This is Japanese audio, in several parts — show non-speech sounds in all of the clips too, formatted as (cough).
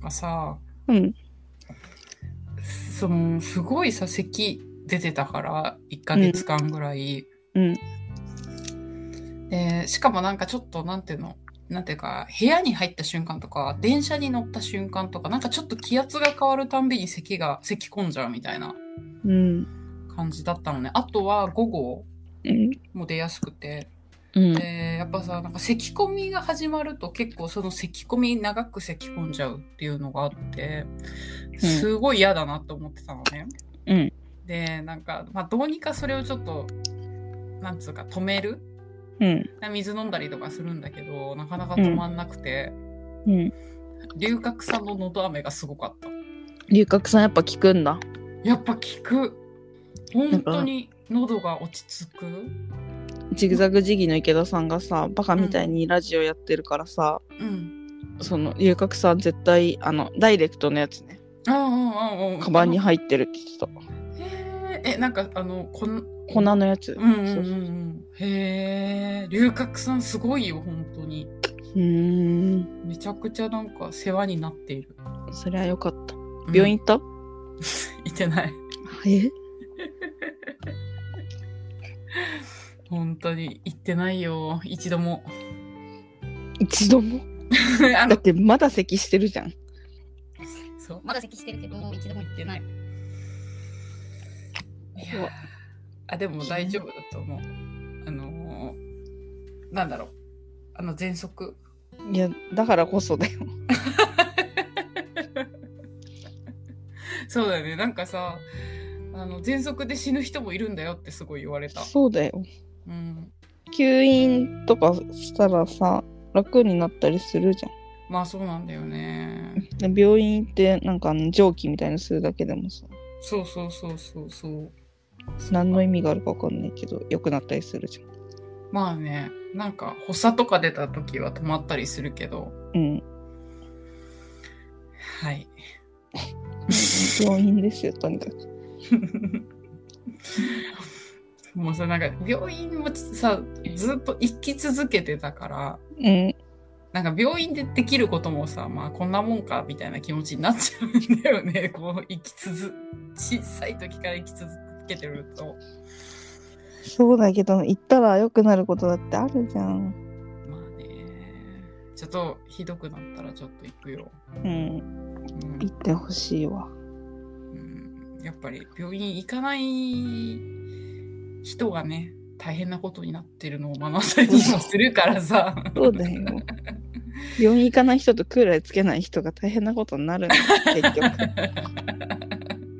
かさ、うん。その、すごいさ、咳出てたから、1ヶ月間ぐらい。うん。で、しかもなんかちょっと、なんていうの、なんていうか、部屋に入った瞬間とか、電車に乗った瞬間とか、なんかちょっと気圧が変わるたんびに咳が、咳込んじゃうみたいなうん。感じだったのね。あとは午後うん。も出やすくて、うん。でやっぱさなんか咳込みが始まると結構その咳込み長く咳込んじゃうっていうのがあってすごい嫌だなと思ってたのね。うんでなんか、まあ、どうにかそれをちょっとなんつうか止めるうん。水飲んだりとかするんだけどなかなか止まんなくて、うん。龍角さんの喉飴がすごかった。龍角さんやっぱ効くんだ。やっぱ効く本当に喉が落ち着く。ジグザグジギーの池田さんがさ、バカみたいにラジオやってるからさ、うんその龍角さん絶対、あの、ダイレクトのやつね、ああああああカバンに入ってるって言ってた。へええなんかあのこん粉のやつ。うんうんそううんそううん、へえ龍角さんすごいよ本当にうーん。めちゃくちゃなんか世話になっている、そりゃよかった。うん病院行った、 (laughs) 行ってないえ本当に行ってないよ一度 (laughs) も一度もあだのってまだ咳してるじゃん。そうまだ席してるけど一度も行ってないいやあでも大丈夫だと思うあのーなんだろうあの喘息いや、だからこそだよ。そうだよねなんかさあの喘息で死ぬ人もいるんだよってすごい言われたそうだよ。うん吸引とかしたらさ、楽になったりするじゃん。まあそうなんだよねで病院行ってなんかあの蒸気みたいのするだけでもさそうそうそうそうそう。何の意味があるか分かんないけど良くなったりするじまあね、なんか発作とか出た時は止まったりするけど、ゃんうんはい。病院ですよとにかくもうさ、なんか病院もさ、ずっと行き続けてたから、うんなんか病院でできることもさ、まあこんなもんかみたいな気持ちになっちゃうんだよ (laughs) ね。こう、生き続、小さい時から生き続けてると。そうだけど行ったら良くなることだってあるじゃんまあね、ちょっとひどくなったらちょっと行くよ。うんうん行ってほしいわうんやっぱり病院行かない人がね大変なことになってるのを目の当たりにもするからさそうだ (laughs) よ病院行かない人とクーラーつけない人が大変なことになるんだよ結局、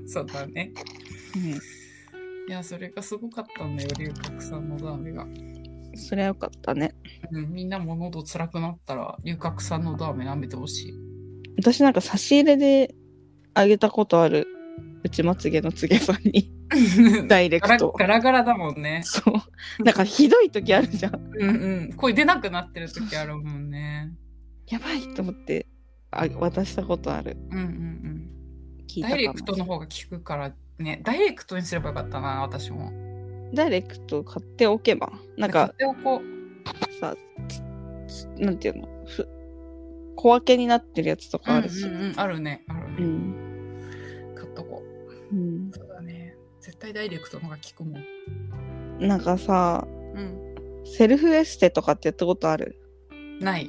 そうだねいやそれがすごかったんだよ龍角さんのダメが、うん、それは良かったねうん、みんなも喉辛くなったら龍角さんのダメ舐めてほしい私なんか差し入れであげたことあるうちまつげのつげさんにダイレガクラトガラガラだもんねそう。なんかひどい時あるじゃん。うんうん声出なくなってる時あるもんねやばいと思ってあ渡したことある。うんうんうん聞いたダかイなレクトの方が効くからねダイレクトにすればよかったな私もダイレクト買っておけば。なんか買っておこうさ、つつなんていうのふ小分けになってるやつとかあるし。ううんんうんうん、あるねあるうね、ん買っとこうそうだね絶対ダイレクトの方が効くもんなんかさうんセルフエステとかってやったことあるない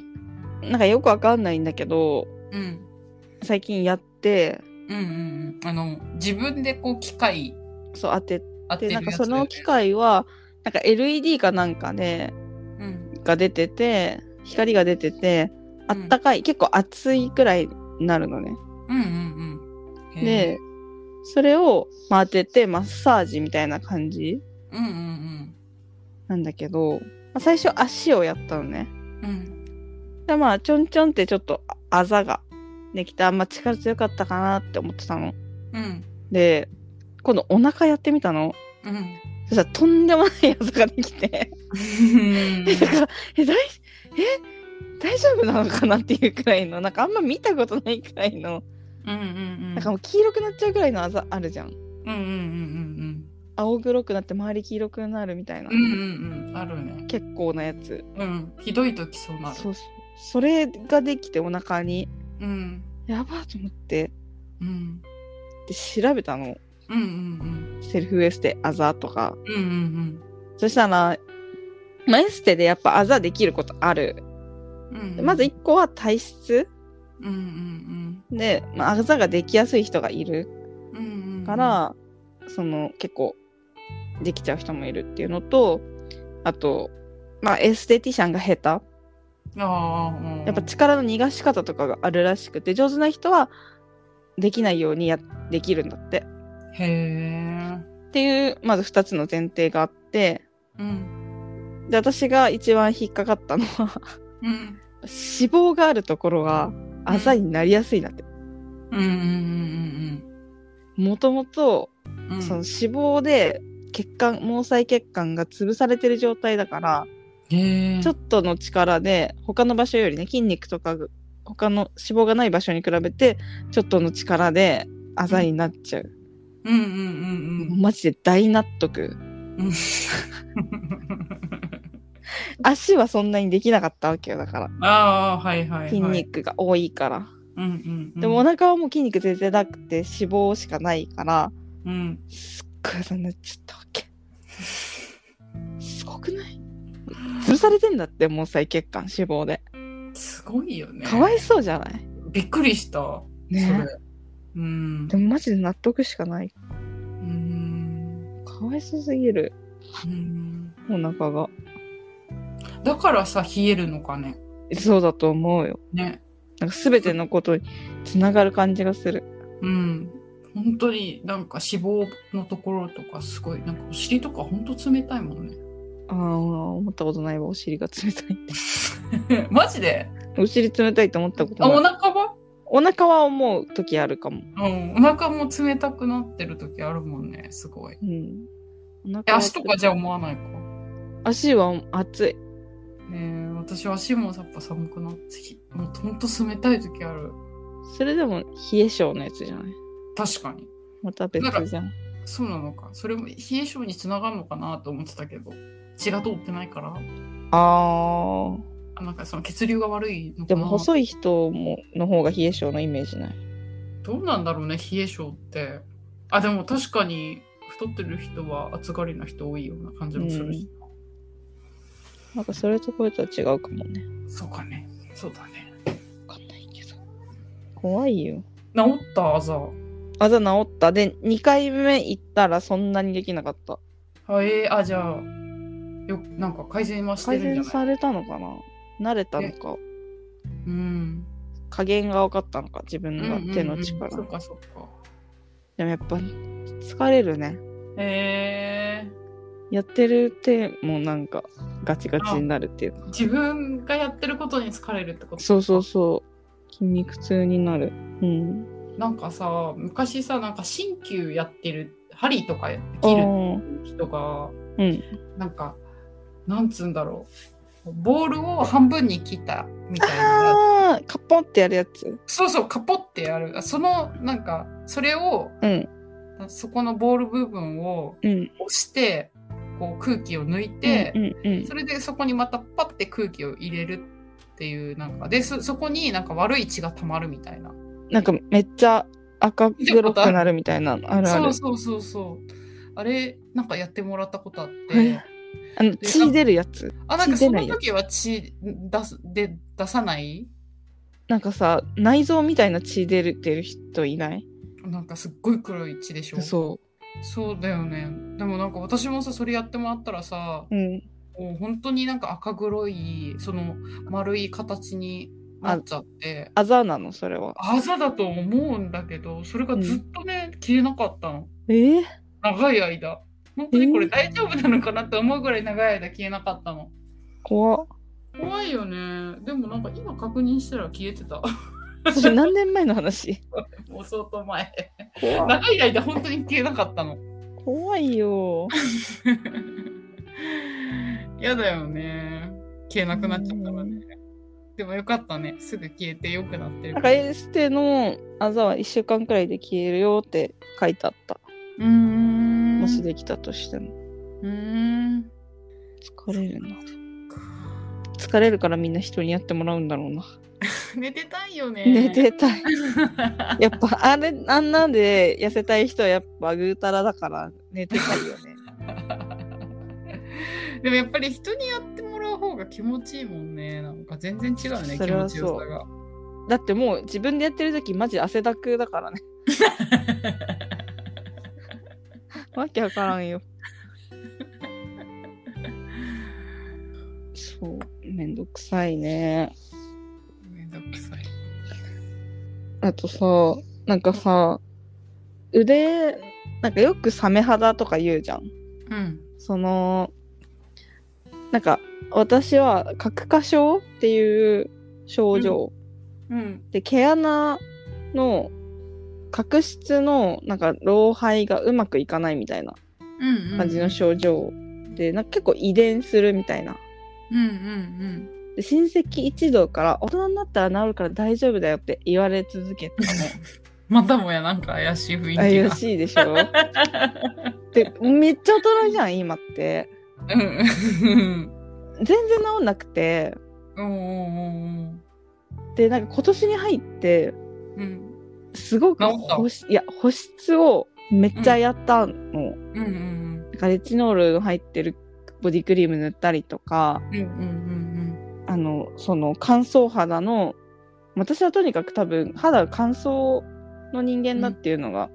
なんかよくわかんないんだけどうん最近やってうんうんうんあの自分でこう機械そう当て当ててるやつだよなんかねその機械はなんか LED かなんかで、うんが出てて光が出ててうあんったかい、結構熱いくらいになるのね。うんうんうんへでーそれを、まあ、当ててマッサージみたいな感じうんうんなんだけど、まあ最初足をやったのね。うんうんでまあちょんちょんってちょっとああざができてあんま力強かったかなって思ってたの。うんで今度お腹やってみたの。うんそしたらとんでもないあざができて。 (laughs) えだからえ大え大丈夫なのかなっていうくらいのなんかあんま見たことないくらいのうんうんうんなんかもう黄色くなっちゃうぐらいのあざあるじゃん。うんうんうん青黒くなって周り黄色くなるみたいな、うんうんうんうんあるね結構なやつ。うんひどい時そうなるそうそうそれができてお腹にうんやばと思ってうんで調べたのうんうんセルフエステあざとかうんうんうんそしたら、まあ、エステでやっぱあざできることあるうんでまず1個は体質うんうんで、まあ、あざができやすい人がいるうんうんうんから、その結構できちゃう人もいるっていうのとあと、まあ、エステティシャンが下手ああうんやっぱ力の逃がし方とかがあるらしくて上手な人はできないようにやできるんだってへえっていうまず2つの前提があってうんで私が一番引っかかったのはうん脂肪があるところはあざになりやすいなってうんうんうんもともとうんうんその脂肪で血管毛細血管が潰されてる状態だからへえちょっとの力で他の場所よりね筋肉とかが他の脂肪がない場所に比べてちょっとの力であざになっちゃう、うんうんうんマジで大納得うん (laughs) うん足はそんなにできなかったわけよだからああはいはいはい筋肉が多いから、うんうんうんでもお腹はもう筋肉全然なくて脂肪しかないからうんすっごいあざになっちゃったわけすごくない潰されてんだって毛細血管脂肪ですごいよねかわいそうじゃないびっくりしたそねれうんでもマジで納得しかないうんかわいそうすぎるうんお腹がだからさ冷えるのかねそうだと思うよねなんか全てのことにつながる感じがするうん本当になんか脂肪のところとかすごいなんかお尻とか本当冷たいもんねああ思ったことないわお尻が冷たいって (laughs) マジでお尻冷たいと思ったこあとおない腹はお腹は思う時あるかもうんお腹も冷たくなってる時あるもんねすごいうんお腹えは足とかじゃ思わないか足は熱いねえ私足もやっぱ寒くなってきもうほんと冷たい時あるそれでも冷え性のやつじゃない確かにまた別じゃんそうなのかそれも冷え性につながるのかなと思ってたけど血が通ってないからあーあなんかその血流が悪いのかなでも細い人もの方が冷え性のイメージないどうなんだろうね冷え性ってあでも確かに太ってる人は暑がりな人多いような感じもするし、なんかそれとこれとは違うかもねそうかねそうだねわかんないけど怖いよ治ったあざあざ治ったで2回目行ったらそんなにできなかったあえーあじゃあよなんか改善はして改るんじゃ善ないされたのかな慣れたのかうん加減が分かったのか自分うんうんうのん手の力、そうかそうかでもやっぱ疲れるねへえやってる手もなんかガチガチになるっていうかー、自分がやってることに疲れるってことそうそうそう筋肉痛になるうんなんかさ昔さなんか鍼灸やってる針とか切あるー人がうんなんかなんつうんだろうボールを半分に切ったみたいなあーカポンってやるやつそうそうカポってやるあそのなんかそれをうんそこのボール部分をうん押してこう空気を抜いてう、んうんそれでそこにまたパッて空気を入れるっていうなんかでそそこになんか悪い血が溜まるみたいななんかめっちゃ赤黒くなるみたいなのあるあそるうそうそうそうあれなんかやってもらったことあっえてあの血出るやつあなんか血出そなのいやつ時は血出すで出さないなんかさ内臓みたいな血出るってる人いないなんかすっごい黒い血でしょそそうだよねでもなんか私もさそれやってもらったらさう、うん、もう本当になんか赤黒いその丸い形になっちゃってあざなのそれはあざだと思うんだけどそれがずっとね、消えなかったのえー、長い間本当にこれ大丈夫なのかなって思うぐらい長い間消えなかったの怖っ怖いよねでもなんか今確認したら消えて (laughs) たそれ何年前の話もう相当前 (laughs) 怖っ長い間本当に消えなかったの怖いよやだよね消えなくなっちゃったらねでもよかったねすぐ消えてよくなってるなんかエステのあざは1週間くらいで消えるよって書いてあったうーんもしできたとしてもうーん疲れるな疲れるからみんな人にやってもらうんだろうな寝てたいよね。寝てたい。やっぱあれあんなんで痩せたい人はやっぱぐうたらだから寝てたいよね。でもやっぱり人にやってもらう方が気持ちいいもんね。なんか全然違うよね、そ気れ持はちよさが。 (laughs) だってもう自分でやってる時マジ汗だくだからね。わけわからんよ。そうめんどくさいね。めんどくさい。あとさなんかさ腕なんかよくサメ肌とか言うじゃん。うん。そのなんか私は角化症っていう症状、うん。で毛穴の角質のなんか老廃がうまくいかないみたいなうん、うん。感じの症状、でなんか結構遺伝するみたいなうんうんで親戚一同から大人になったら治るから大丈夫だよって言われ続けてねうん。またもやなんか怪しい雰囲気怪が。しいでしょでめっちゃ大人じゃん今ってうん。全然治んなくておうおうおうおうでなんか今年に入ってうん。すごく治った保湿いや保湿をめっちゃやったうの、んうんなんかレチノールの入ってるボディクリーム塗ったりとかうん。うんうんあのその乾燥肌の私はとにかく多分肌が乾燥の人間だっていうのが、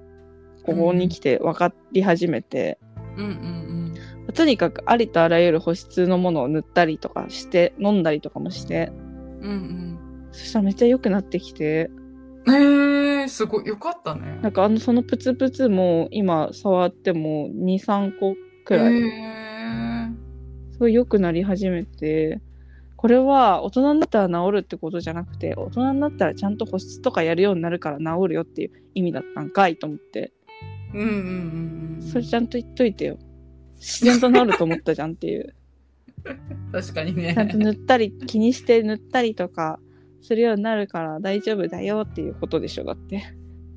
ここに来て分かり始めて、うんうん。うんうんとにかくありとあらゆる保湿のものを塗ったりとかして飲んだりとかもしてうん。うんそしたらめっちゃ良くなってきてうん。えー、すごい。よかったね。なんかあのそのプツプツも今触っても23個くらい。えすごい良くなり始めてこれは大人になったら治るってことじゃなくて大人になったらちゃんと保湿とかやるようになるから治るよっていう意味だったんかいと思ってー、うんうんうんうん。それちゃんと言っといてよ自然と治ると思ったじゃんっていう確かに (laughs) ちゃんとね。塗ったり気にして塗ったりとかするようになるから大丈夫だよっていうことでしょだって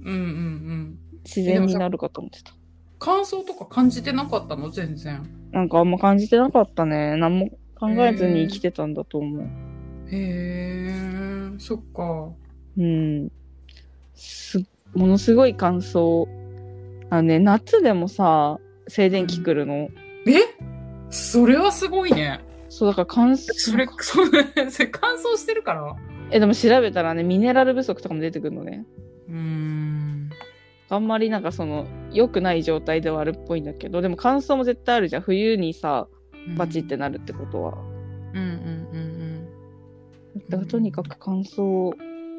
うんうんうん。自然になるかと思ってた乾燥とか感じてなかったの全然。なんかあんま感じてなかったね何も考えずに生きてたんだと思うへえー、そっか。うん。す、ものすごい乾燥。あのね、夏でもさ、静電気くるの。えそれはすごいね。そう、だから乾燥。それ、それそれ乾燥してるから。え、でも調べたらね、ミネラル不足とかも出てくるのね。うーん。あんまりなんかその、良くない状態ではあるっぽいんだけど、でも乾燥も絶対あるじゃん。冬にさ、バチってなるってことは。うんうんうんだからとにかく乾燥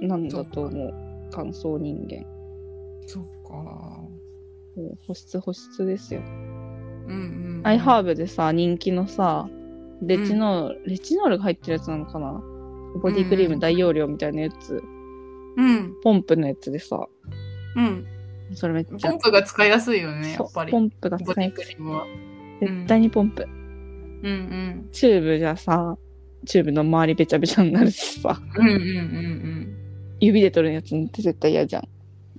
なんだと思う。乾燥人間。うん。そっか。もう保湿保湿ですよ。うんうんうん。アイハーブでさ、人気のさ、レチノール、レチノールが入ってるやつなのかなボディクリーム大容量みたいなやつ、うん。ポンプのやつでさ、うん。それめっちポゃ。ンプが使いやすいよね、やそうっぱり。ポンプがボ使デいィやクすリいームは。絶対にポンプ。うんチューブじゃさ、チューブの周りべちゃべちゃになるしさ、うん。うんうんうん指で取るやつなんて絶対嫌じゃん。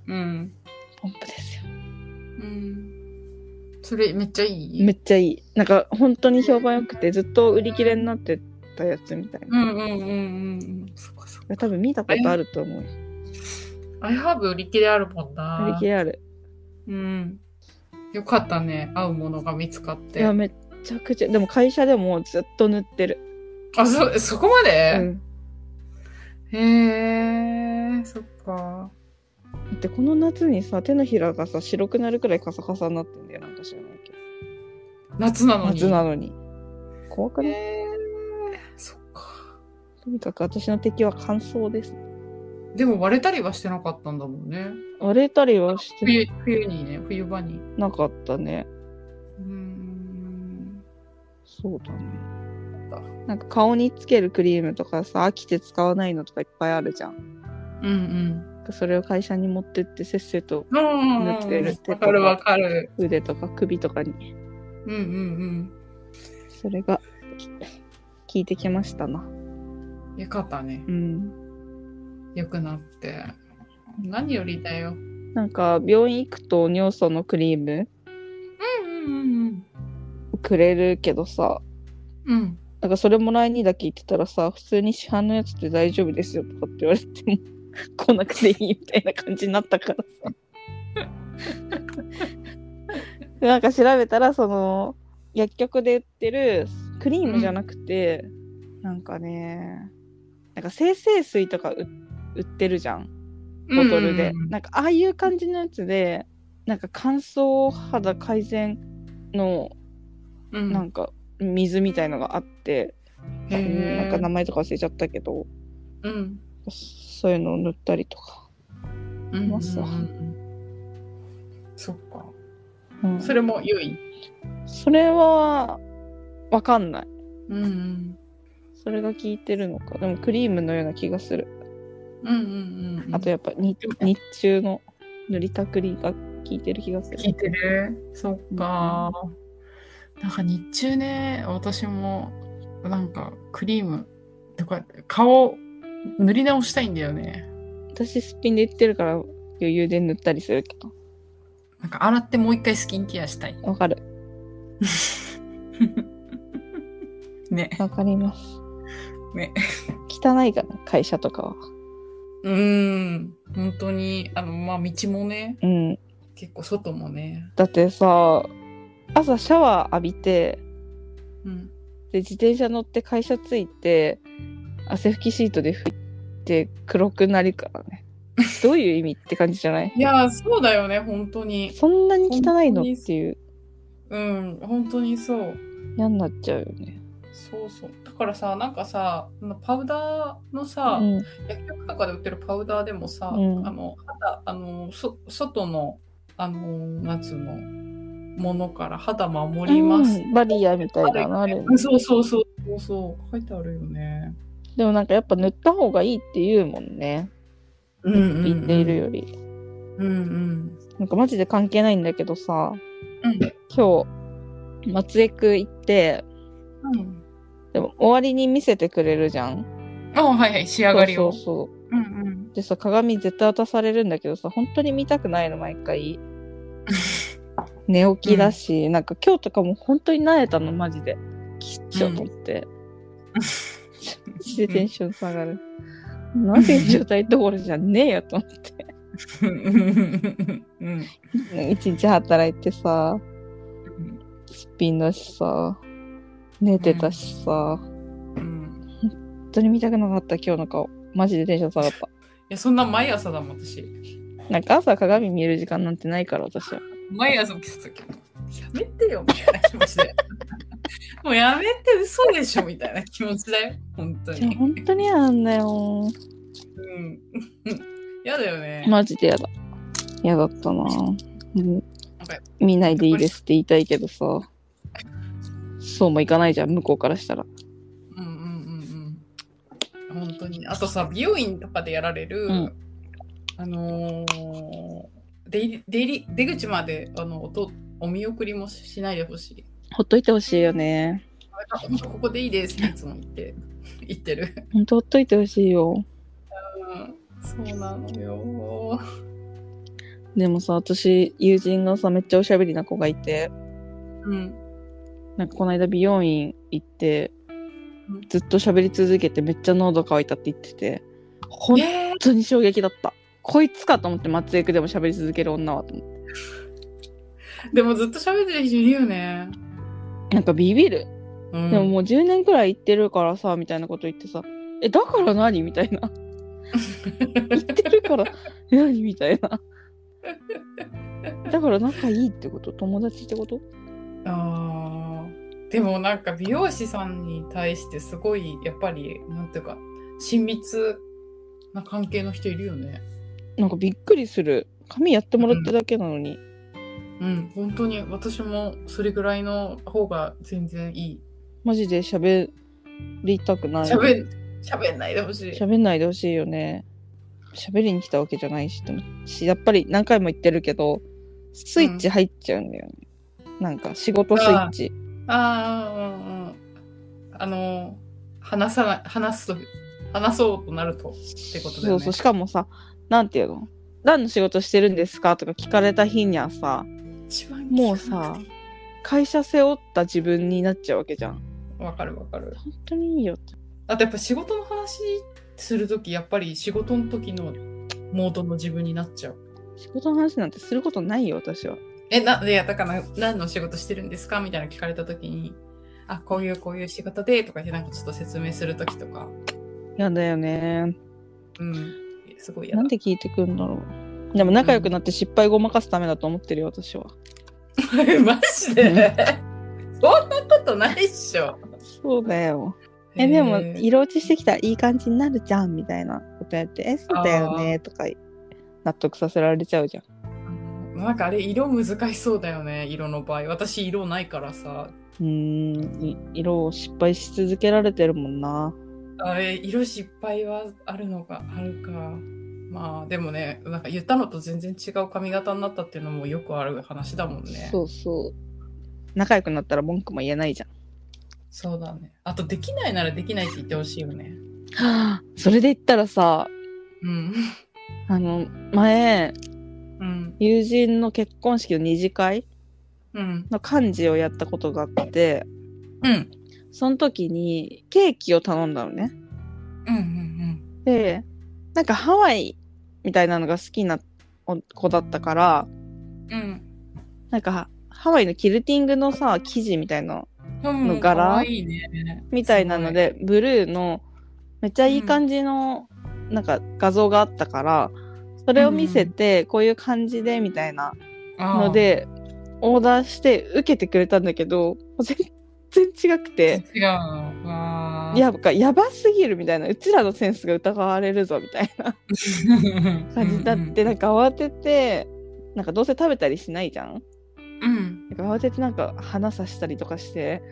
うん。うん。ポンプですよ。うん。それめっちゃいいめっちゃいい。なんか本当に評判良くて、ずっと売り切れになってたやつみたいな。うんうんうんうんうん。そっかそっか。多分見たことあると思うよ。アイハーブ売り切れあるもんな。売り切れある。うん。よかったね。合うものが見つかっいてや、。めっちゃくちゃ、でも会社でもずっと塗ってる。あ、そ、そこまうで、ん。へえ、そっか。だってこの夏にさ手のひらがさ白くなるくらいカサカサになってんだよなんか知らないけど夏なのに。夏なのに怖くへないえ、そっか。とにかく私の敵は乾燥ですでも割れたりはしてなかったんだもんね。割れたりはして冬冬にね、冬場に。なかったねうーん。そうだねなんか顔につけるクリームとかさ飽きて使わないのとかいっぱいあるじゃんうんそれを会社に持ってってせっせとうん。うん塗ってるわかるわかる。腕とか首とかにうんうんそれがき効いてきましたなうん。よかったねう。んよくなって。何よりだよ。なんか病院行くと尿素のクリームうんうんうんくれるけどさうん。うん。なんかそれもらいにだけ言ってたらさ普通に市販のやつって大丈夫ですよとかって言われても (laughs) 来なくていいみたいな感じになったからさ (laughs) でなんか調べたらその薬局で売ってるクリームじゃなくて、なんかねなんか精製水とかう売ってるじゃんボトルで、うんうんうんなんかああいう感じのやつでなんか乾燥肌改善のうんなんか水みたいのがあって、へーなんか名前とか忘れちゃったけどうんそういうのを塗ったりとか、うんいますわうんそっかうんそれも良いそれはわかんないうんうんそれが効いてるのかでもクリームのような気がするうんうんうんあとやっぱ日,、うん日中の塗りたくりが効いてる気がする聞いてるそっか、なんか日中ね私もなんかクリームとか顔塗り直したいんだよね私すっぴんで言ってるから余裕で塗ったりするけどなんか洗ってもう一回スキンケアしたいわかる (laughs) ねわかりますね汚いかな会社とかはうーん本当にあのまあ道もねうん結構外もねだってさ朝シャワー浴びてうんで自転車乗って会社着いて汗拭きシートで拭いて黒くなりからねどういう意味って感じじゃないいやーそうだよね本当にそんなに汚い本当のにっていううん本当にそう嫌になっちゃうよね、そうそうだからさなんかさあのパウダーのうさ、ん、薬局とかで売ってるパウダーでもさ、うんあの肌あのそ外のあの夏のものから肌守ります、うんバリアみたいなのあるよねそうそうそうそうそう書いてあるよねでもなんかやっぱ塗った方がいいって言うもんねうんうん言っているより、うんうんなんかマジで関係ないんだけどさうん今日松江区行ってうんでも終わりに見せてくれるじゃんあはいはい仕上がりそをうそうそううんうんでさ鏡絶対渡されるんだけどさ本当に見たくないの毎回寝起きだし、なんか今日とかも本当に慣れたのマジできっちょと思って、 (laughs) マジでテンション下がるなんで状態どころじゃねえよと思っうんうんて一日働いてさすっぴんだしさ寝てたしさ、うん本当に見たくなかった今日の顔マジでテンション下がったいやそんな毎朝だもん私なんか朝鏡見る時間なんてないから私は毎朝起きた時もやめてよみたいな気持ちでもうやめて嘘でしょみたいな気持ちだよ本当いやに本当に嫌なんだようん (laughs) 嫌だよね、マジでやだ。やだったなぁ、うんかやっ。見ないでいいですって言いたいけどさ。そうもいかないじゃん、向こうからしたら。うんうんうんうん本当にあとさ美容院とかでやられる、うんあのー出入り出入り出口まであのおとお見送りもしないでほしいほっといてほしいよね。あ本当ここでいいですっていつも言って言ってるほんとほっといてほしいうよ。んそうなのよでもさ、私、友人がさ、めっちゃおしゃべりな子がいて、うんなんかこの間美容院行ってうん、ずっと喋り続けてめっちゃ喉乾いたって言ってて、本え当に衝撃だった。こいつかと思って松江区でも喋り続ける女はと思って。ーでもずっと喋ってる人いるよねなんかビビる。うんでももう10年くらい行ってるからさみたいなこと言ってさ「えだから何?」みたいな行ってる (laughs) からえ何みたいなだから仲いいってこと友達ってことあーでもなんか美容師さんに対してすごいやっぱりなんていうか親密な関係の人いるよねなんかびっくりする髪やってもらっただけなのに、うん本当に私もそれぐらいの方が全然いいマジで喋りたくない喋ん喋んないでほしい喋んないでほしいよね喋りに来たわけじゃないしでもしやっぱり何回も言ってるけどスイッチ入っちゃうんだよね、なんか仕事スイッチああうんうんあの話さな話すと話そうとなるとってことだよねそうそうしかもさなんていうの何の仕事してるんですかとか聞かれた日にはさ一番もうさ会社背負った自分になっちゃうわけじゃんわかるわかる。本当にいいよってあとやっぱ仕事の話するとき、やっぱり仕事の時のモードの自分になっちゃう。仕事の話なんてすることないよ私はえ、な、いや、だから何の仕事してるんですかみたいなの聞かれたときに、あ、こういうこういう仕事でとか言ってなんかちょっと説明するときとか、やだよねうん、すごい嫌だなんで聞いてくんだろうでも仲良くなって失敗ごまかすためだと思ってるよ私は (laughs) マジでそんなことないっしょ。そうだよえでもへー色落ちしてきたらいい感じになるじゃんみたいなことやって「えそうだよね」とか納得させられちゃうじゃんなんかあれ色難しそうだよね色の場合私色ないからさうーんい色を失敗し続けられてるもんなあれ色失敗はあるのがあるかまあでもねなんか言ったのと全然違う髪型になったっていうのもよくある話だもんねそうそう仲良くなったら文句も言えないじゃんそうだねあとできないならできないって言ってほしいよねはあ (gasps) それで言ったらさうんあの前うん友人の結婚式の二次会うんの幹事をやったことがあってうんその時にケーキを頼んだのねうんうんでなんかハワイみたいなのが好きな子だったからうんうんなんかハワイのキルティングのさ生地みたいなうんの柄かわいいねみたいなのでブルーのめっちゃいい感じの、なんか画像があったからそれを見せて、こういう感じでみたいなすごいあーのでオーダーして受けてくれたんだけど全然違くて違うのわーやばやばすぎるみたいなうちらのセンスが疑われるぞみたいな感じだってうんなんか慌ててなんかどうせ食べたりしないじゃんうんなんか慌ててなんか花さしたりと (laughs) かして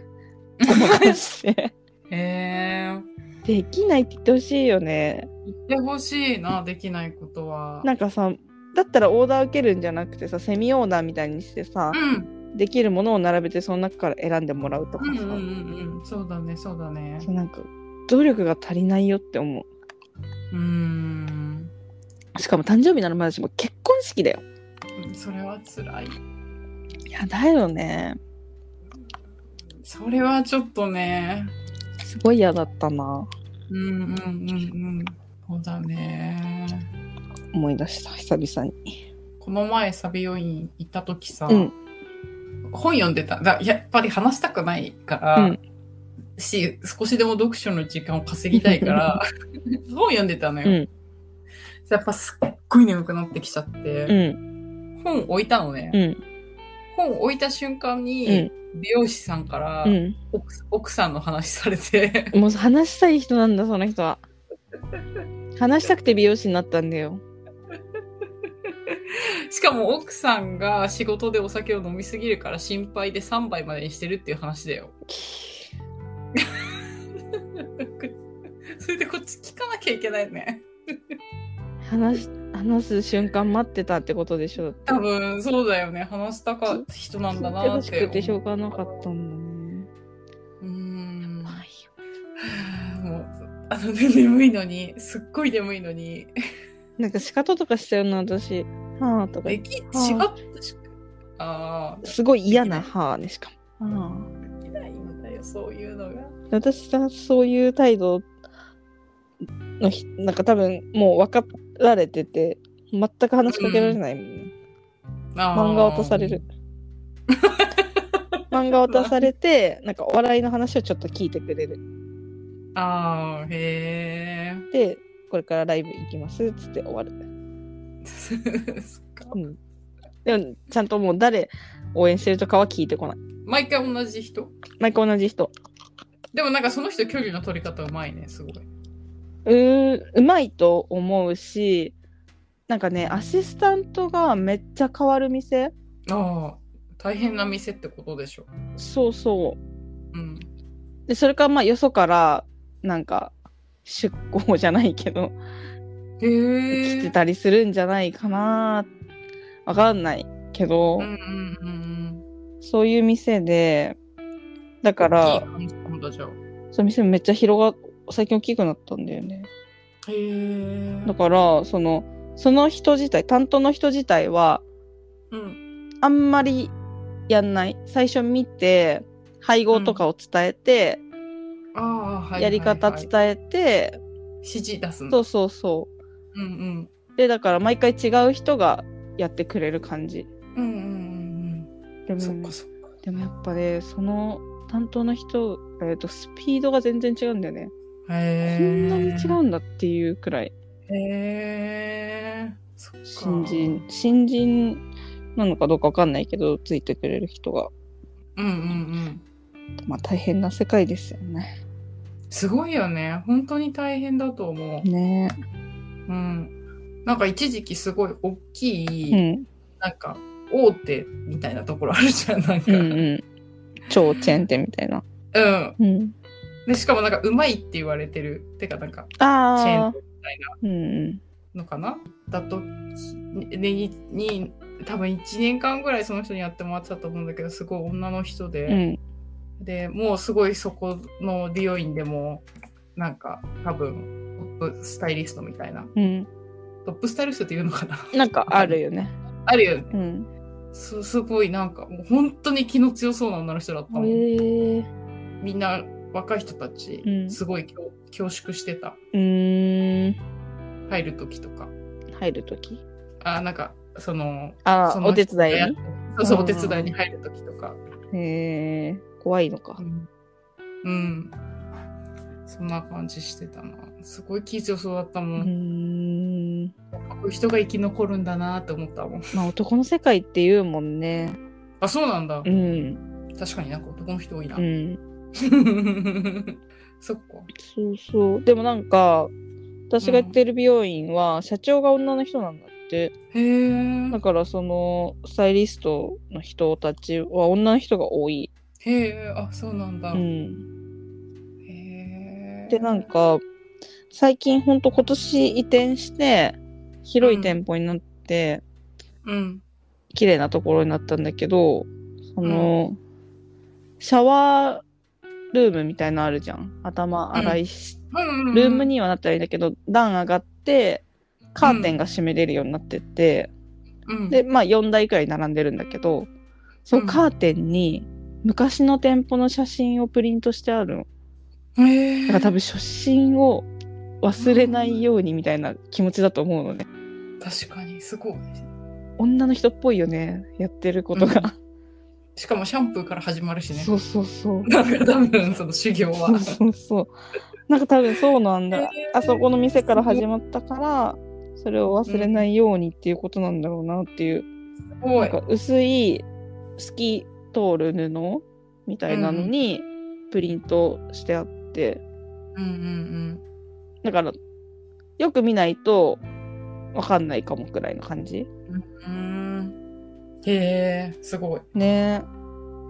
うんごまかしてへえできないって言ってほしいよね言ってほしいな、できないことは。なんかさだったらオーダー受けるんじゃなくてさセミオーダーみたいにしてさう、ん、できるものを並べてその中から選んでもらうとかうさん、、うん、うん、うん、そうだね、そうだね。そうなんか努力が足りないよって思うーん、うしかも誕生日ならまだしも結婚式だよそれは辛い。いやだよねそれはちょっとね。すごい嫌だったなうん、うん、うん、うん。そうだね。思い出した久々にこの前、サビ病院行った時さ、うん本読んでた。だやっぱり話したくないから、うんし、少しでも読書の時間を稼ぎたい (laughs) から、本読んでたのよ。うんやっぱすっごい眠くなってきちゃって、うん本置いたのね。うん本置いた瞬間に、うん美容師さんから、う奥奥さんの話されて (laughs) んもう話したい人なんだその人は話したくて美容師になったんだよしかも奥さんが仕事でお酒を飲みすぎるから心配で3杯までにしてるっていう話だよそれでこっち聞かなきゃいけないね話し話す瞬間待ってたってことでしょ多分そうだよね話したか人なんだなっ聞いてて欲しくてしょうがなかったんだねうーんまあいいよもうあのね眠いのにすっごい眠いのになんか仕方とかしちゃうの私「はあ」とかでき違ったしああすごい嫌な「はあ」ねしかも、はできないんだよそういうのがあ、私さそういう態度のひなんか多分もう分かられてて全く話しかけられないもんね、漫画渡される漫画渡されてなんかお笑いの話をちょっと聞いてくれるああへでこれからライブ行きますっつって終わるえ (laughs) そっかうんでもちゃんともう誰応援してるとかは聞いてこない毎回同じ人毎回同じ人でもなんかその人距離の取り方うまいねすごいうーんうまいと思うしなんかねアシスタントがめっちゃ変わる店ああ大変な店ってことでしょそうそうんうでそれからまあよそからなんか出向じゃないけどへえ来てたりするんじゃないかなわかんないけど、うんうんうんそういう店でだかいいら感じなんだじゃあそう店めっちゃ広が最近大きくなったんだよねへえだからそのその人自体担当の人自体はうんあんまりやんない最初見て配合とかを伝えて、ああ、はい。やり方はい伝はいえて、指示出すの。。そううそうそうんうでだから毎回違う人がやってくれる感じうん。うんうんうんでうん。そっもかそっか。でもやっぱねその担当の人、えー、とスピードが全然違うんだよね、へえ。こんなに違うんだっていうくらいへえ。そっか。新人新人なのかどうかわかんないけどついてくれる人が、うんうんうん。まあ、大変な世界ですよねすごいよね。本当に大変だと思う。ねうん。なんか一時期すごい大きい、うんなんか大手みたいなところあるじゃん。なんか。うんうん超チェーン店みたいな、うんうん、で、しかもなんかうまいって言われてる。てかなんか、チェーンああみたいなうんうんのかなだとき、ね、に、に多分1年間ぐらいその人にやってもらってたと思うんだけど、すごい女の人で。うんでもうすごいそこの美容院でもなんか多分トップスタイリストみたいなうんトップスタイリストっていうのかな (laughs) なんかあるよねあるよねうんすすごいなんかもう本当に気の強そうな女の人だったもん、えみんな若い人たちうんすごい恐恐縮してたうーん入る時とか入るときあなんかそのあそあのお手伝やいっにそうそううんお手伝いに入る時とかへえ怖いのかうん、うん、そんな感じしてたなすごい気強そうだったもうーん、んこういう人が生き残るんだなって思ったもんまあ男の世界っていうもんねあ、そうなんだう。ん確かになんか男の人多いなう。ん (laughs) そっか。そうそうでもなんか私が行ってる美容院は社長が女の人なんだってへえだ。からそのスタイリストの人たちは女の人が多い、へえ。あ、そうなんだ。うへん、え。でなん。か最近ほんと今年移転して広い店舗になって、うん。綺麗なところになったんだけど、その、シャワールームみたいのあるじゃん。頭洗いし、うんうんうんルーム。にはなったらいいんだけど、段上がって、カーテンが閉めれるようになってて、うん、で、まあ4台くらい並んでるんだけど、そのカーテンに昔の店舗の写真をプリントしてあるの。へえ。だから多分初心を忘れないようにみたいな気持ちだと思うのね。確かに、すごい。女の人っぽいよね、やってることが。しかもシャンプーから始まるしね。 (laughs) そうそうそう。なんか多分、その修行は。そうそうそう。なんか多分そうなんだ。へーあそこの店から始まったから、それを忘れないようにっていうことなんだろうなっていう。すごないん。か薄い透き通る布みたいなのにプリントしてあって、うんうんだからよく見ないとわかんないかもくらいの感じ。うん。うーん。へえ。すごい。ね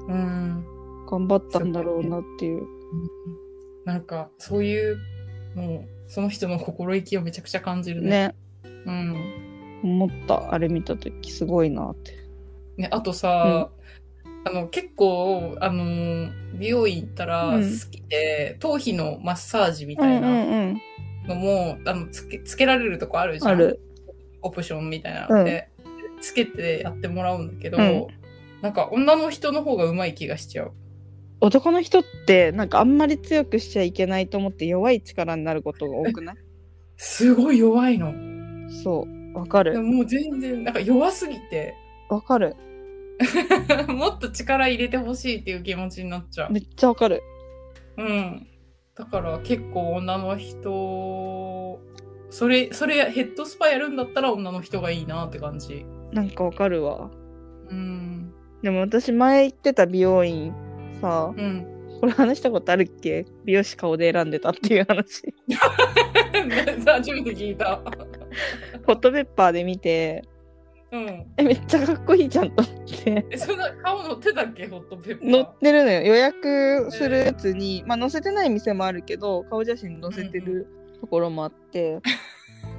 えうん。頑張ったんだろうなっていう。なんか、そういう、もう、その人の心意気をめちゃくちゃ感じるね。ね。うん。思った。あれ見たときすごいなって。ね、あとさ、あの結構、あのー美容院行ったらうん好きで、頭皮のマッサージみうたんいうなんうん。のも、あのつけつけられるとこあるじゃんある。オプションみたいなので、つけてやってもらうんだけど、うんなんか女の人の方がうまい気がしちゃう。男の人ってなんかあんまり強くしちゃいけないと思って弱い力になることが多くないすごい弱いの。そうわかでるももう全然なんか弱すぎて (laughs) わかるもっと力入れてほしいっていう気持ちになっちゃうめ。っちゃわかるうん。だから結構女の人、それ、それヘッドスパやるんだったら女の人がいいなって感じ。なんかわかるわうん。でも私前行ってた美容院さうん。 (laughs) これ話したことあるっけ美容師顔で選んでたっていう話初めて聞いた。ホットペッパーで見てうん。えめっちゃかっこいいじゃんと思ってえ、そんな顔乗ってたっけホットペッパー。乗ってるのよ予約するやつに、まあ載せてない店もあるけど顔写真載せてるところもあって、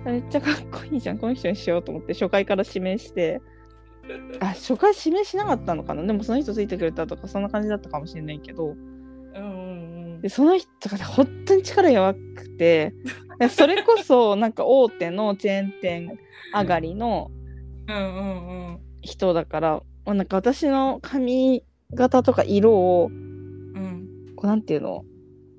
めっちゃかっこいいじゃんこの人にしようと思って初回から指名してあ初回指名しなかったのかなでもその人ついてくれたとかそんな感じだったかもしれないけどうんうんでその人がね本当に力弱くていやそれこそなんか大手のチェーン店上がりのうん。うんうんうん。人だから、まあ、なんか私の髪型とか色をうん。こうなんていうの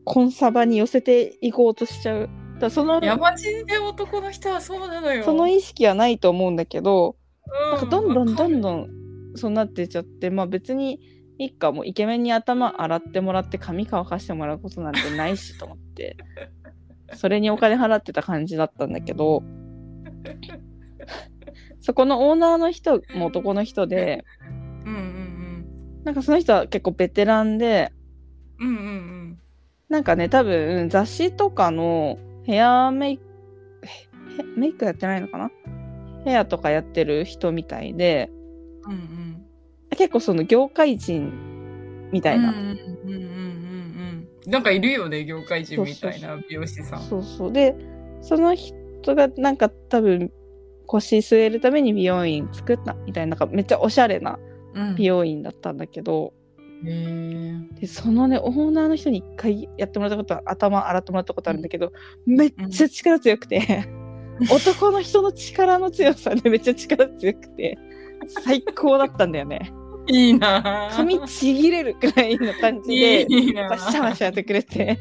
コンサバに寄せていこうとしちゃうだからその山地で男の人はそうなのよ。その意識はないと思うんだけどうなんかどんどんどんん。どんそうなってっちゃってまあ別にいっかもうイケメンに頭洗ってもらって髪乾かしてもらうことなんてないしと思ってそれにお金払ってた感じだったんだけどそこのオーナーの人も男の人でうんうんなんかその人は結構ベテランでうん。うんうんなんかね多分雑誌とかのヘアメイクへへメイクやってないのかなヘアとかやってる人みたいでうん。うんうん。結構その業界人みたいなうんうんうんうんうんうん。なんかいるよね、業界人みたいそな美容師さん。そうそうでその人がなんか多分腰据えるために美容院作ったみたいななんかめっちゃおしゃれなうん美容院だったんだけど、へーでそのねオーナーの人に一回やってもらったことは頭洗ってもらったことあるんだけど、めっちゃ力強くて、男の人の力の強さでめっちゃ力強くて最高だったんだよねいいなぁ。髪ちぎれるくらいの感じでいいなぁバシャバシャやってくれて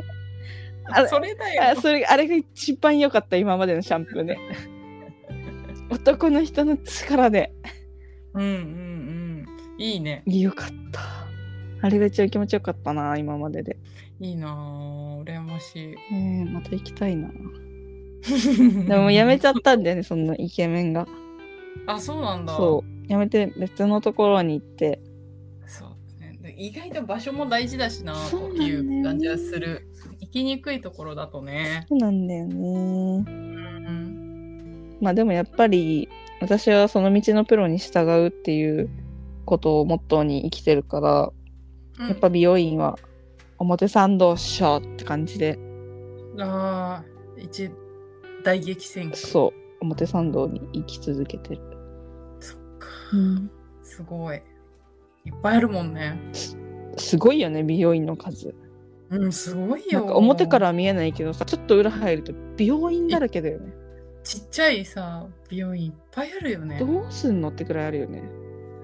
あれそれだあよ。それあれが一番良かった今までのシャンプーで男の人の力でうんうんうん。いいね。良かったあれが一番気持ちよかったな今までで、いいなぁ。羨まし。えーまた行きたいない (laughs) でもやめちゃったんだよねそのイケメンが (laughs) あ、そうなんだ。そうやめて別のところに行ってそうだね、で意外と場所も大事だしなそうとなんだよねいう感じはする。行きにくいところだとね。そうなんだよねうん、まあでもやっぱり私はその道のプロに従うっていうことをモットーに生きてるから、やっぱ美容院は表参道っしょって感じでうんあー一大激戦区。そう表参道に行き続けてる、そっかすごい。いっぱいあるもんね。すごいよね美容院の数うん、すごいなよ。んか表からは見えないけどさちょっと裏入ると美容院だらけだよねちっちゃいさ、美容院いっぱいあるよね。どうすんのってくらいあるよね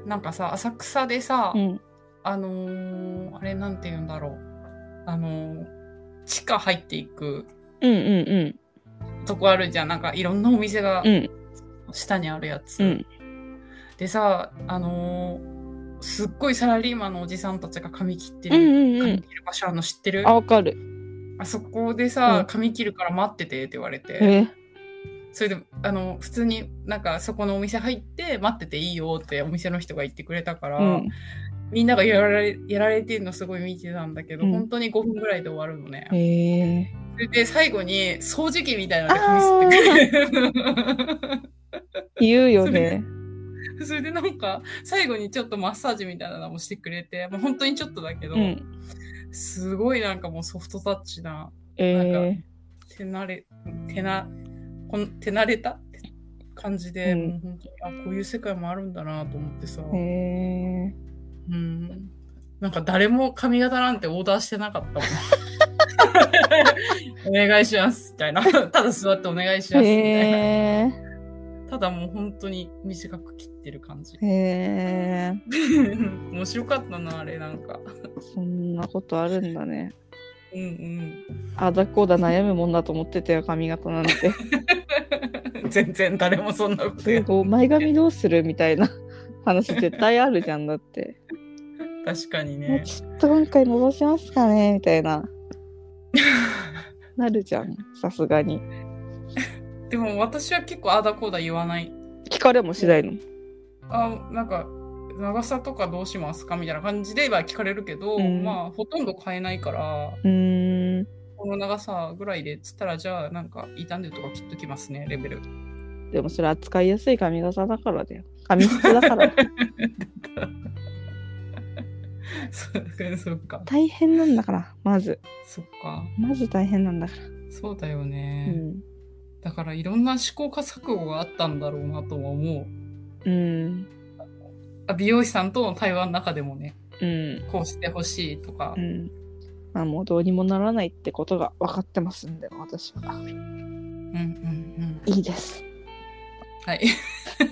なんかさ、浅草でさ、うんあのー、あれなんて言うんだろう。あのー、地下入っていくうんうんとこあるじゃん。なんかいろんなお店がうんうん下にあるやつ。うんでさ、あのーすっごいサラリーマンのおじさんたちが髪切ってうる。んうんう髪ん切る場所あるの知ってるああわかるそこでさ、うん髪切るから待っててって言われて、えそれで、あの、普通になんかそこのお店入って待ってていいよってお店の人が言ってくれたから、うんみんながやられやられてるのすごい見てたんだけど、うん本当に5分ぐらいで終わるのね。えそれで最後に掃除機みたいなので髪吸ってくれる。言うよね (laughs) それでなんか最後にちょっとマッサージみたいなのもしてくれて、まあ、本当にちょっとだけど、うんすごいなんかもうソフトタッチなえ手慣れ手なこん手慣れたって感じで、うんもう本当にあこういう世界もあるんだなと思ってさ、ー、えうん、なんか誰も髪型なんてオーダーしてなかった (laughs) もんお願いしますみたいな (laughs) ただ座ってお願いしー、ますみたいな、えただもう本当に短く切ってる感じ (laughs) ー、えー、面白かったなあれなんかそんなことあるんだねうんうん (laughs) あだこうだ悩むもんだと思ってたよ髪型なん (laughs) て全然誰もそんなことやこう前髪どうするみたいな話絶対あるじゃんだって、確かにもうねちょっと今回戻しますかねみたい (laughs) ななるじゃんさすがにでも私は結構あだこうだ言わない聞かれもしないのあなんか長さとかどうしますかみたいな感じでは聞かれるけど、うんまあほとんど変えないからうーんこの長さぐらいでっつったらじゃあなんか傷んでるとか切っときますねレベル (laughs) でもそれ扱いやすい髪型だからだよ髪質だからそうそっか大変なんだからまずそっかまず大変なんだから、そうだようね、んだからいろんな試行錯誤があったんだろうなとは思ううんあ美容師さんとの対話の中でもねうんこうしてほしいとか、うんまあもうどうにもならないってことが分かってますんで私はうんうんうん。いいですはい。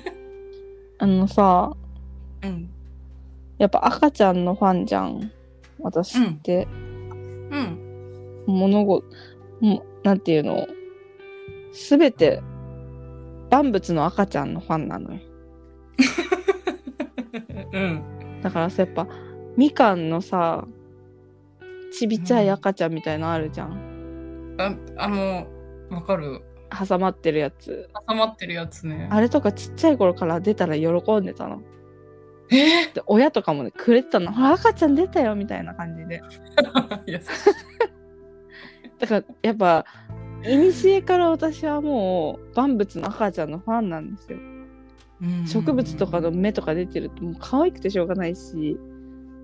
(laughs) あのさうん。やっぱ赤ちゃんのファンじゃん私って、うん。物事もなんていうのすべて万物の赤ちゃんのファンなのようん。だからさやっぱみかんのさちびちゃい赤ちゃんみたいのあるじゃん、ああの、わかる。挟まってるやつ挟まってるやつね。あれとかちっちゃい頃から出たら喜んでたのえ (laughs) で親とかもねくれてたのほら赤ちゃん出たよみたいな感じでーいやだからやっぱ古から私はもう万物の赤ちゃんのファンなんですようん植物とかの芽とか出てるともう可愛くてしょうがないし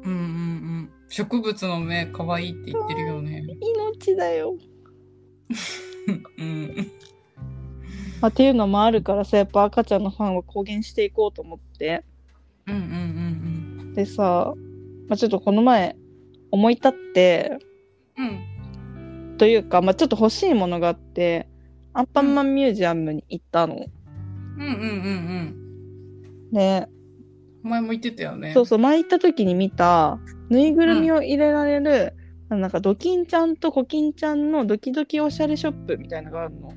うんうんうん。植物の目可愛いって言ってるよね。 (laughs) 命だよ、うん。まあ、っていうのもあるからさやっぱ赤ちゃんのファンは公言していこうと思ってうんうんうんでさ、まあ、ちょっとこの前思い立ってうん。うん。というか、まあ、ちょっと欲しいものがあってアンパンマンミュージアムに行ったの。うんうんうんうん。でお前も言ってたよね。そうそう前行った時に見たぬいぐるみを入れられる、なんかドキンちゃんとコキンちゃんのドキドキおしゃれショップみたいなのがあるの。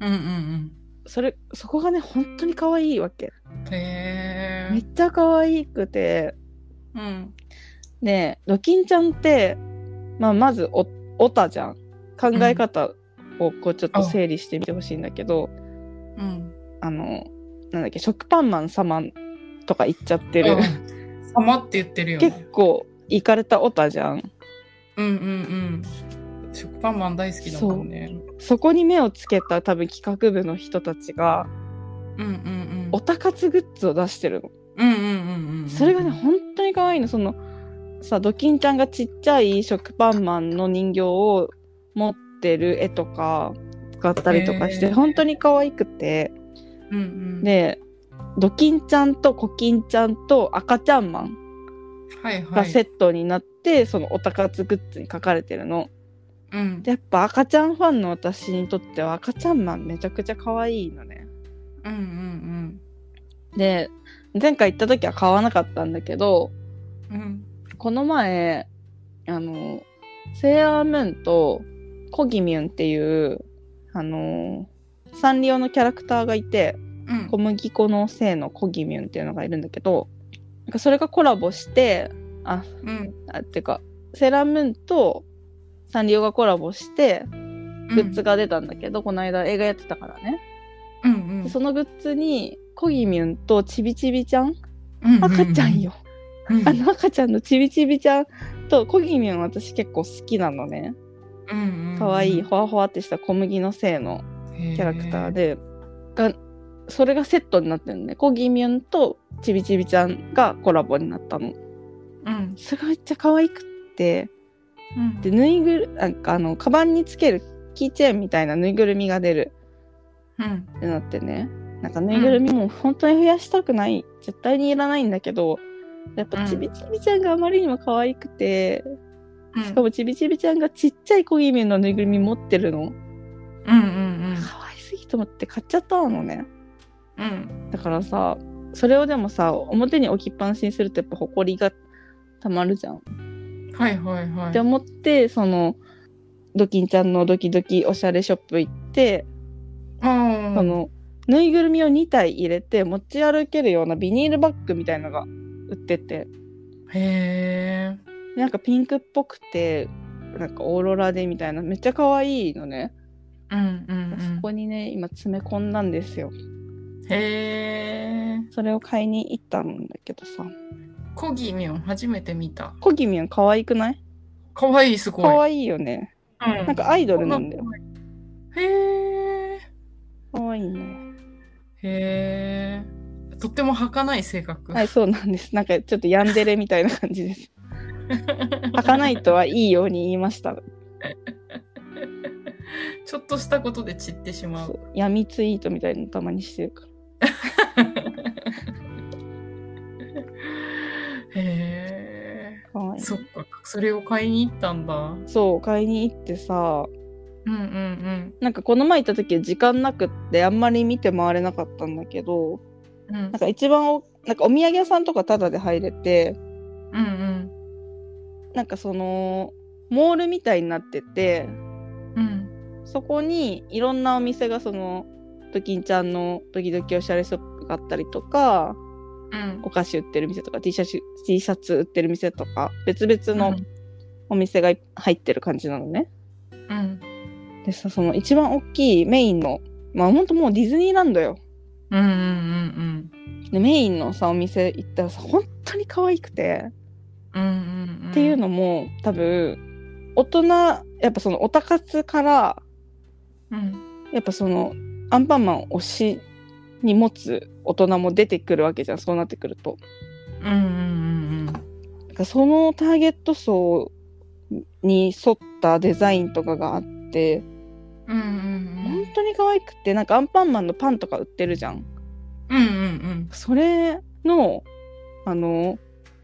うんうんそれそこがね本当に可愛いわけ。うん。へめえ。っちゃ可愛くてうん。ねドキンちゃんって、まあ、まずおオタじゃん考え方をこうちょっと整理してみてほしいんだけど、うん。あのなんだっけ食パンマン様とか言っちゃってる、うん様って言ってるよ結ね。構いかれたオタじゃんうんうんうん。食パンマン大好きだもんね。そこに目をつけた多分企画部の人たちがうんうんうオん。タ活グッズを出してるのうんうんうんうん。それがね本当に可愛いのそのさドキンちゃんがちっちゃい食パンマンの人形を持ってる絵とか使ったりとかしへて、ー本当に可愛くてうんうん。でドキンちゃんとコキンちゃんと赤ちゃんマンはいはがい。セットになって、そのおたかつグッズに書かれてるのうんでやっぱ赤ちゃんファンの私にとっては赤ちゃんマンめちゃくちゃ可愛いのねうんうんで前回行った時は買わなかったんだけどうん。うん。この前あのセーラームーンとコギミュンっていうあのサンリオのキャラクターがいてうん小麦粉のせいのコギミュンっていうのがいるんだけどなんかそれがコラボしてあうん。あっていうかセーラームーンとサンリオがコラボしてグッズが出たんだけど、この間映画やってたからね、うんでそのグッズにコギミュンとちびちびちゃんうん。赤ちゃんよ、うん。あの赤ちゃんのちびちびちゃんとコギミョン私結構好きなのねうんうん。可愛いほわほわってした小麦のせいのキキャラクター。で、がそれがセットになってるのねコギミョンとちびちびちゃんがコラボになったのうん。それがめっちゃ可愛くってうん。でぬいぐるなんかあのカバンにつけるキーチェーンみたいなぬいぐるみが出るうん。ってなってねなんかぬいぐるみも本当に増やしたくない、絶対にいらないんだけどやっぱちびちびちゃんがあまりにも可愛くて、うんしかもちびちびちゃんがちっちゃいコギミュンのぬいぐるみ持ってるうのんうん可愛すぎと思って買っちゃったのねうん。うん。だからさそれをでもさ表に置きっぱなしにするとやっぱ埃がたまるじゃん、はいはいはい。って思ってそのドキンちゃんのドキドキおしゃれショップ行って、うんそのぬいぐるみを2体入れて持ち歩けるようなビニールバッグみたいのが売っててへえ。なんかピンクっぽくてなんかオーロラでみたいなめっちゃ可愛いのねうんうそんうこにね今詰め込んだんですよん。へえ。それを買いに行ったんだけどさコギミョン初めて見た。コギミョン可愛くない可愛いすごい。可愛いよねうんなんかアイドルなんだよ。へえ。可愛いねへえ。とっても儚い性格。はいそうなんですなんかちょっとヤンデレみたいな感じです (laughs) 儚かないとはいいように言いましたちょっとしたことで散ってしま。そうう闇ツイートみたいなのたまにしてるからへえ。可愛いそっか、それを買いに行ったんだ。うんそう買いに行ってさうんうん。なんかこの前行った時時間なくってあんまり見て回れなかったんだけどうんなんか一番おなんかお土産屋さんとかタダで入れてうんなんかそのモールみたいになっててうん。そこにいろんなお店がそのドキンちゃんのドキドキおしゃれショップがあったりとかうん。お菓子売ってる店とか T シャツ T シャツ売ってる店とか別々のお店が入ってる感じなのね。うん。でさその一番大きいメインのまあほんともうディズニーランドよ。うん。うん。うん。でメインのさお店行ったらさ本当に可愛くて。うん。うん。っていうのも多分大人やっぱそのオタ活からうん。やっぱそのアンパンマンを推しに持つ大人も出てくるわけじゃんそうなってくるとうん。うん。うん。だからそのターゲット層に沿ったデザインとかがあってうん。うん本。当に可愛くてなんかアンパンマンのパンとか売ってるじゃんうん。うん。それのあの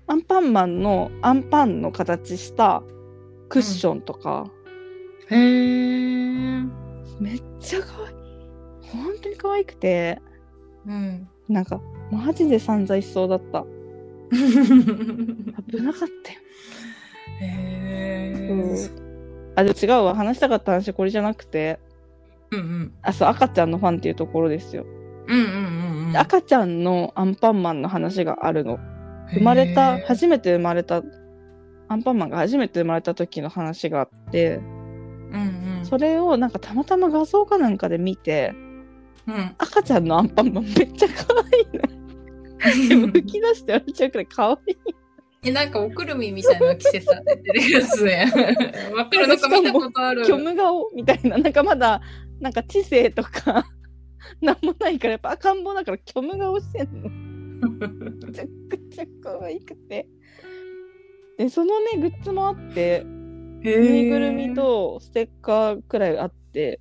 アンパンマンのアンパンの形したクッションとか、へえ。めっちゃ可愛い本当に可愛くてうん。なんかマジで散財しそうだった危なかったよ、へえ。あでも違うわ話したかった話これじゃなくてうん。うん。あそう赤ちゃんのファンっていうところですよ、うん。うん。うん。赤ちゃんのアンパンマンの話があるの生まれた初めて生まれたアンパンマンが初めて生まれた時の話があってうん。それをなんかたまたま画像かなんかで見てうん。赤ちゃんのアンパンマンめっちゃ可愛いのに浮き出してやれちゃうくらい可愛いえ、なんかおくるみみたいな季節されてるやつ (laughs) ね。わかるなんか見たことある。虚無顔みたいななんかまだなんか知性とか (laughs) なんもないからやっぱ赤ん坊だから虚無顔してんのめ (laughs) ちゃくちゃ可愛くてでそのねグッズもあっへえてぬいぐるみ。とステッカーくらいあって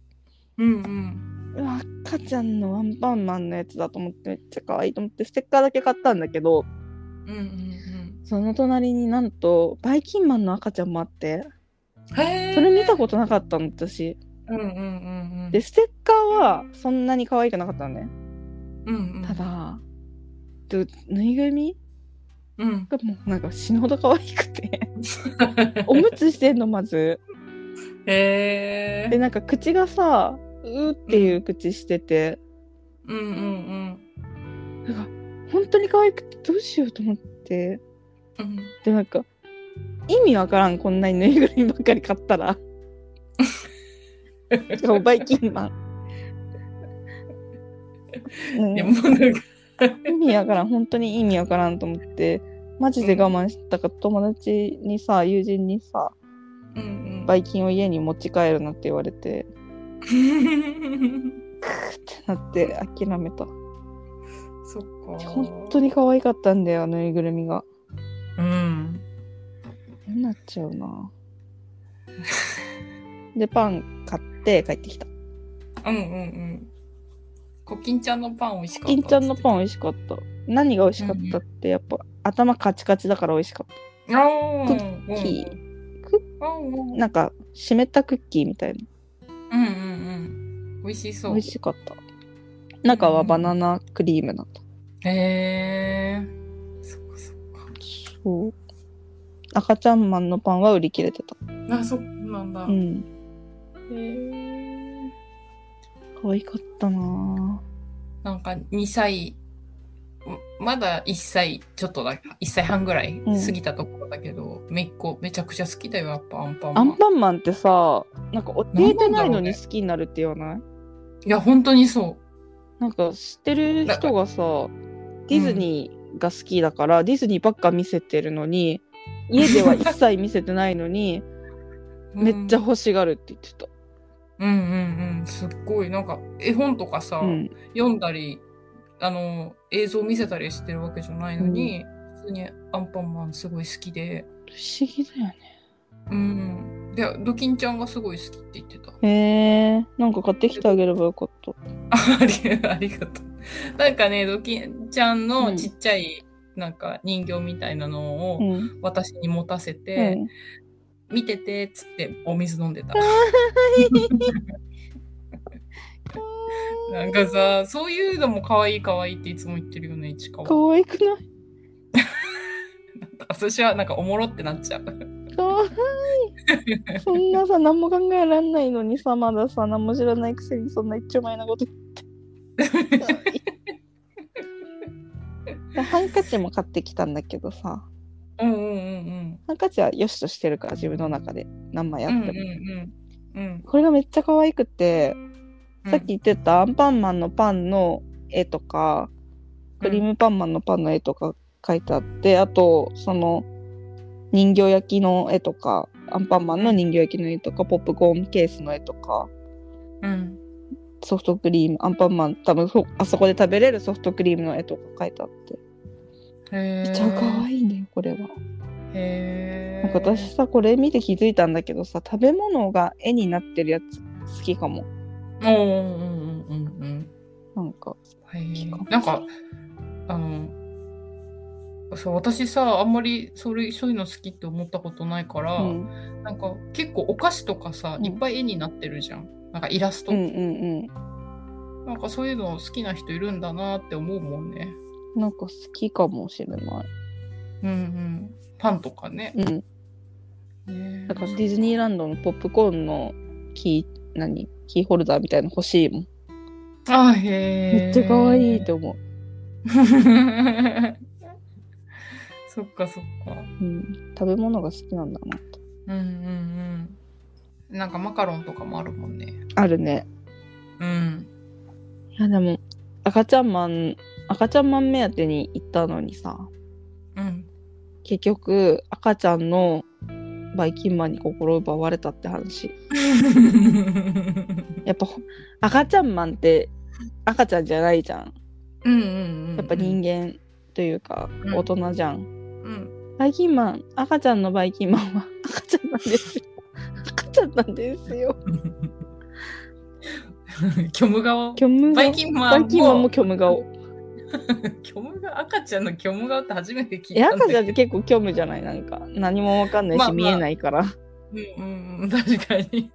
うんうん。うわ赤ちゃんのワンパンマンのやつだと思ってめっちゃ可愛いと思ってステッカーだけ買ったんだけどうんうんその隣になんとバイキンマンの赤ちゃんもあってうん。へえ。それ見たことなかったの私うんうんうんうん。でステッカーはそんなに可愛くなかったのねうんうん。ただ、とぬいぐるみうん。がもうなんか死ぬほど可愛く (laughs) ておむつしてんのまずへでえ。なんか口がさうーっていう口してて、うんうん本当に可愛くてどうしようと思ってうん。うんでなんか意味わからんこんなにぬいぐるみばっかり買ったらしかもバイキンマ (laughs) ン、うんいや、もうなんか。意味わからん本当に意味わからんと思ってマジで我慢したから、友達にさ友人にさうんうん。バイキンを家に持ち帰るなって言われてってなって諦めたそっか。本当に可愛かったんだよぬいぐるみがうん。こうなっちゃうなでパン買って帰ってきたうんうんうん。コキンちゃんのパン美味しかった。金ちゃんのパン。ン美味しかった何が美味しかったってやっぱ頭カチカチだから美味しかったああ。クッキークうん。なんか湿ったクッキーみたいなうんうんうん。美味しそう。美味しかった中はバナナクリームなのへえ。そっかそっそう。赤ちゃんマンのパンは売り切れてた。か。あ、そうなんだ。うへん。え。可愛かったななんか2歳、んまだ1歳ちょっとだ、1歳半ぐらいん過ぎたところだけど、めっ子めちゃくちゃ好きだよ、やっぱアンパンぁ。アマン。ンパンマンってさ、なんか教えてななんないのにんだろうね好きになるって言わないいや、本当にそなんか知ってる人がさ、ディズニーが好きだから、ディズニーばっか見せてるのに、家では一切見せてないのに、う。めっちゃうん、欲しがるって言ってた。うんうんうんすっごい、なんか絵本とかさ、うん。読んだり、あの、映像見せたりしてるわけじゃないのに、普通にアンパンマンすごい好きで、不思議だよね。うん。で、ドキンちゃんがすごい好きって言ってた。へえー、なんか買ってきてあげればよかった。ありありがとう。なんかね、ドキンちゃんのちっちゃい、なんか人形みたいなのうをん。うん私に持たせて、見ててっつってお水飲んでた。なんかさ、そういうのも可愛い可愛いっていつも言ってるよね、市川。可愛くない私はなんかおもろってなっちゃう。かわいいそんなさ何も考えらんないのにさまださ何も知らないくせにそんな一丁前なこと言って (laughs) かわいいでハンカチも買ってきたんだけどさうんうんうんハンカチはよしとしてるから自分の中で何枚あうっん。うてんも、うんうんうん。これがめっちゃ可愛くてうんさっき言ってたアンパンマンのパンの絵とか、クリームパンマンのパンの絵とか書いてあって、あと、その人形焼きの絵とか、アンパンマンの人形焼きの絵とか、ポップコーンケースの絵とか、うん。ソフトクリーム、アンパンマン、多分そあそこで食べれるソフトクリームの絵とか書いてあって。へめえ。っちゃ可愛いね、これは。へえ。なんか私さ、これ見て気づいたんだけどさ、食べ物が絵になってるやつ好きかも。うんうんうんうんうんなんか。うん。へえ。なんか、あの、そう私さあんまりそれそういうの好きって思ったことないから、うん、なんか結構お菓子とかさうんいっぱい絵になってるじゃん、なんかイラスト、うんうんうなんかそういうの好きな人いるんだなって思うもんねん。なんか好きかもしれない。うんうんパンとかねうん。ねだからディズニーランドのポップコーンのキー、何キーホルダーみたいの欲しいもん。あへえめっちゃ可愛いと思う。 (laughs) そっかそっかうん、食べ物が好きなんだな。うんうんうんなんかマカロンとかもあるもんねあるね。うんいやでも、赤ちゃんマン、赤ちゃんマン目当てに行ったのにさ、うん (laughs) 結局赤ちゃんのバイキンマンに心奪われたって話。やっぱほ赤ちゃんマンって赤ちゃんじゃないじゃん。うんうんうんやっぱ人間というかうん大人じゃん。うん (laughs) バイキンマン、赤ちゃんのバイキンマンは赤ちゃんなんですよ。赤ちゃんなんですよ。虚無顔虚無顔バイキンマバンイもキンマンも虚無顔。虚無顔赤ちゃんの虚無顔って初めて聞いえ、たんだ赤ちゃんっけてど結構虚無じゃないなんか、何もわかんないし、まあまあ見えないから。うんうんうん確かに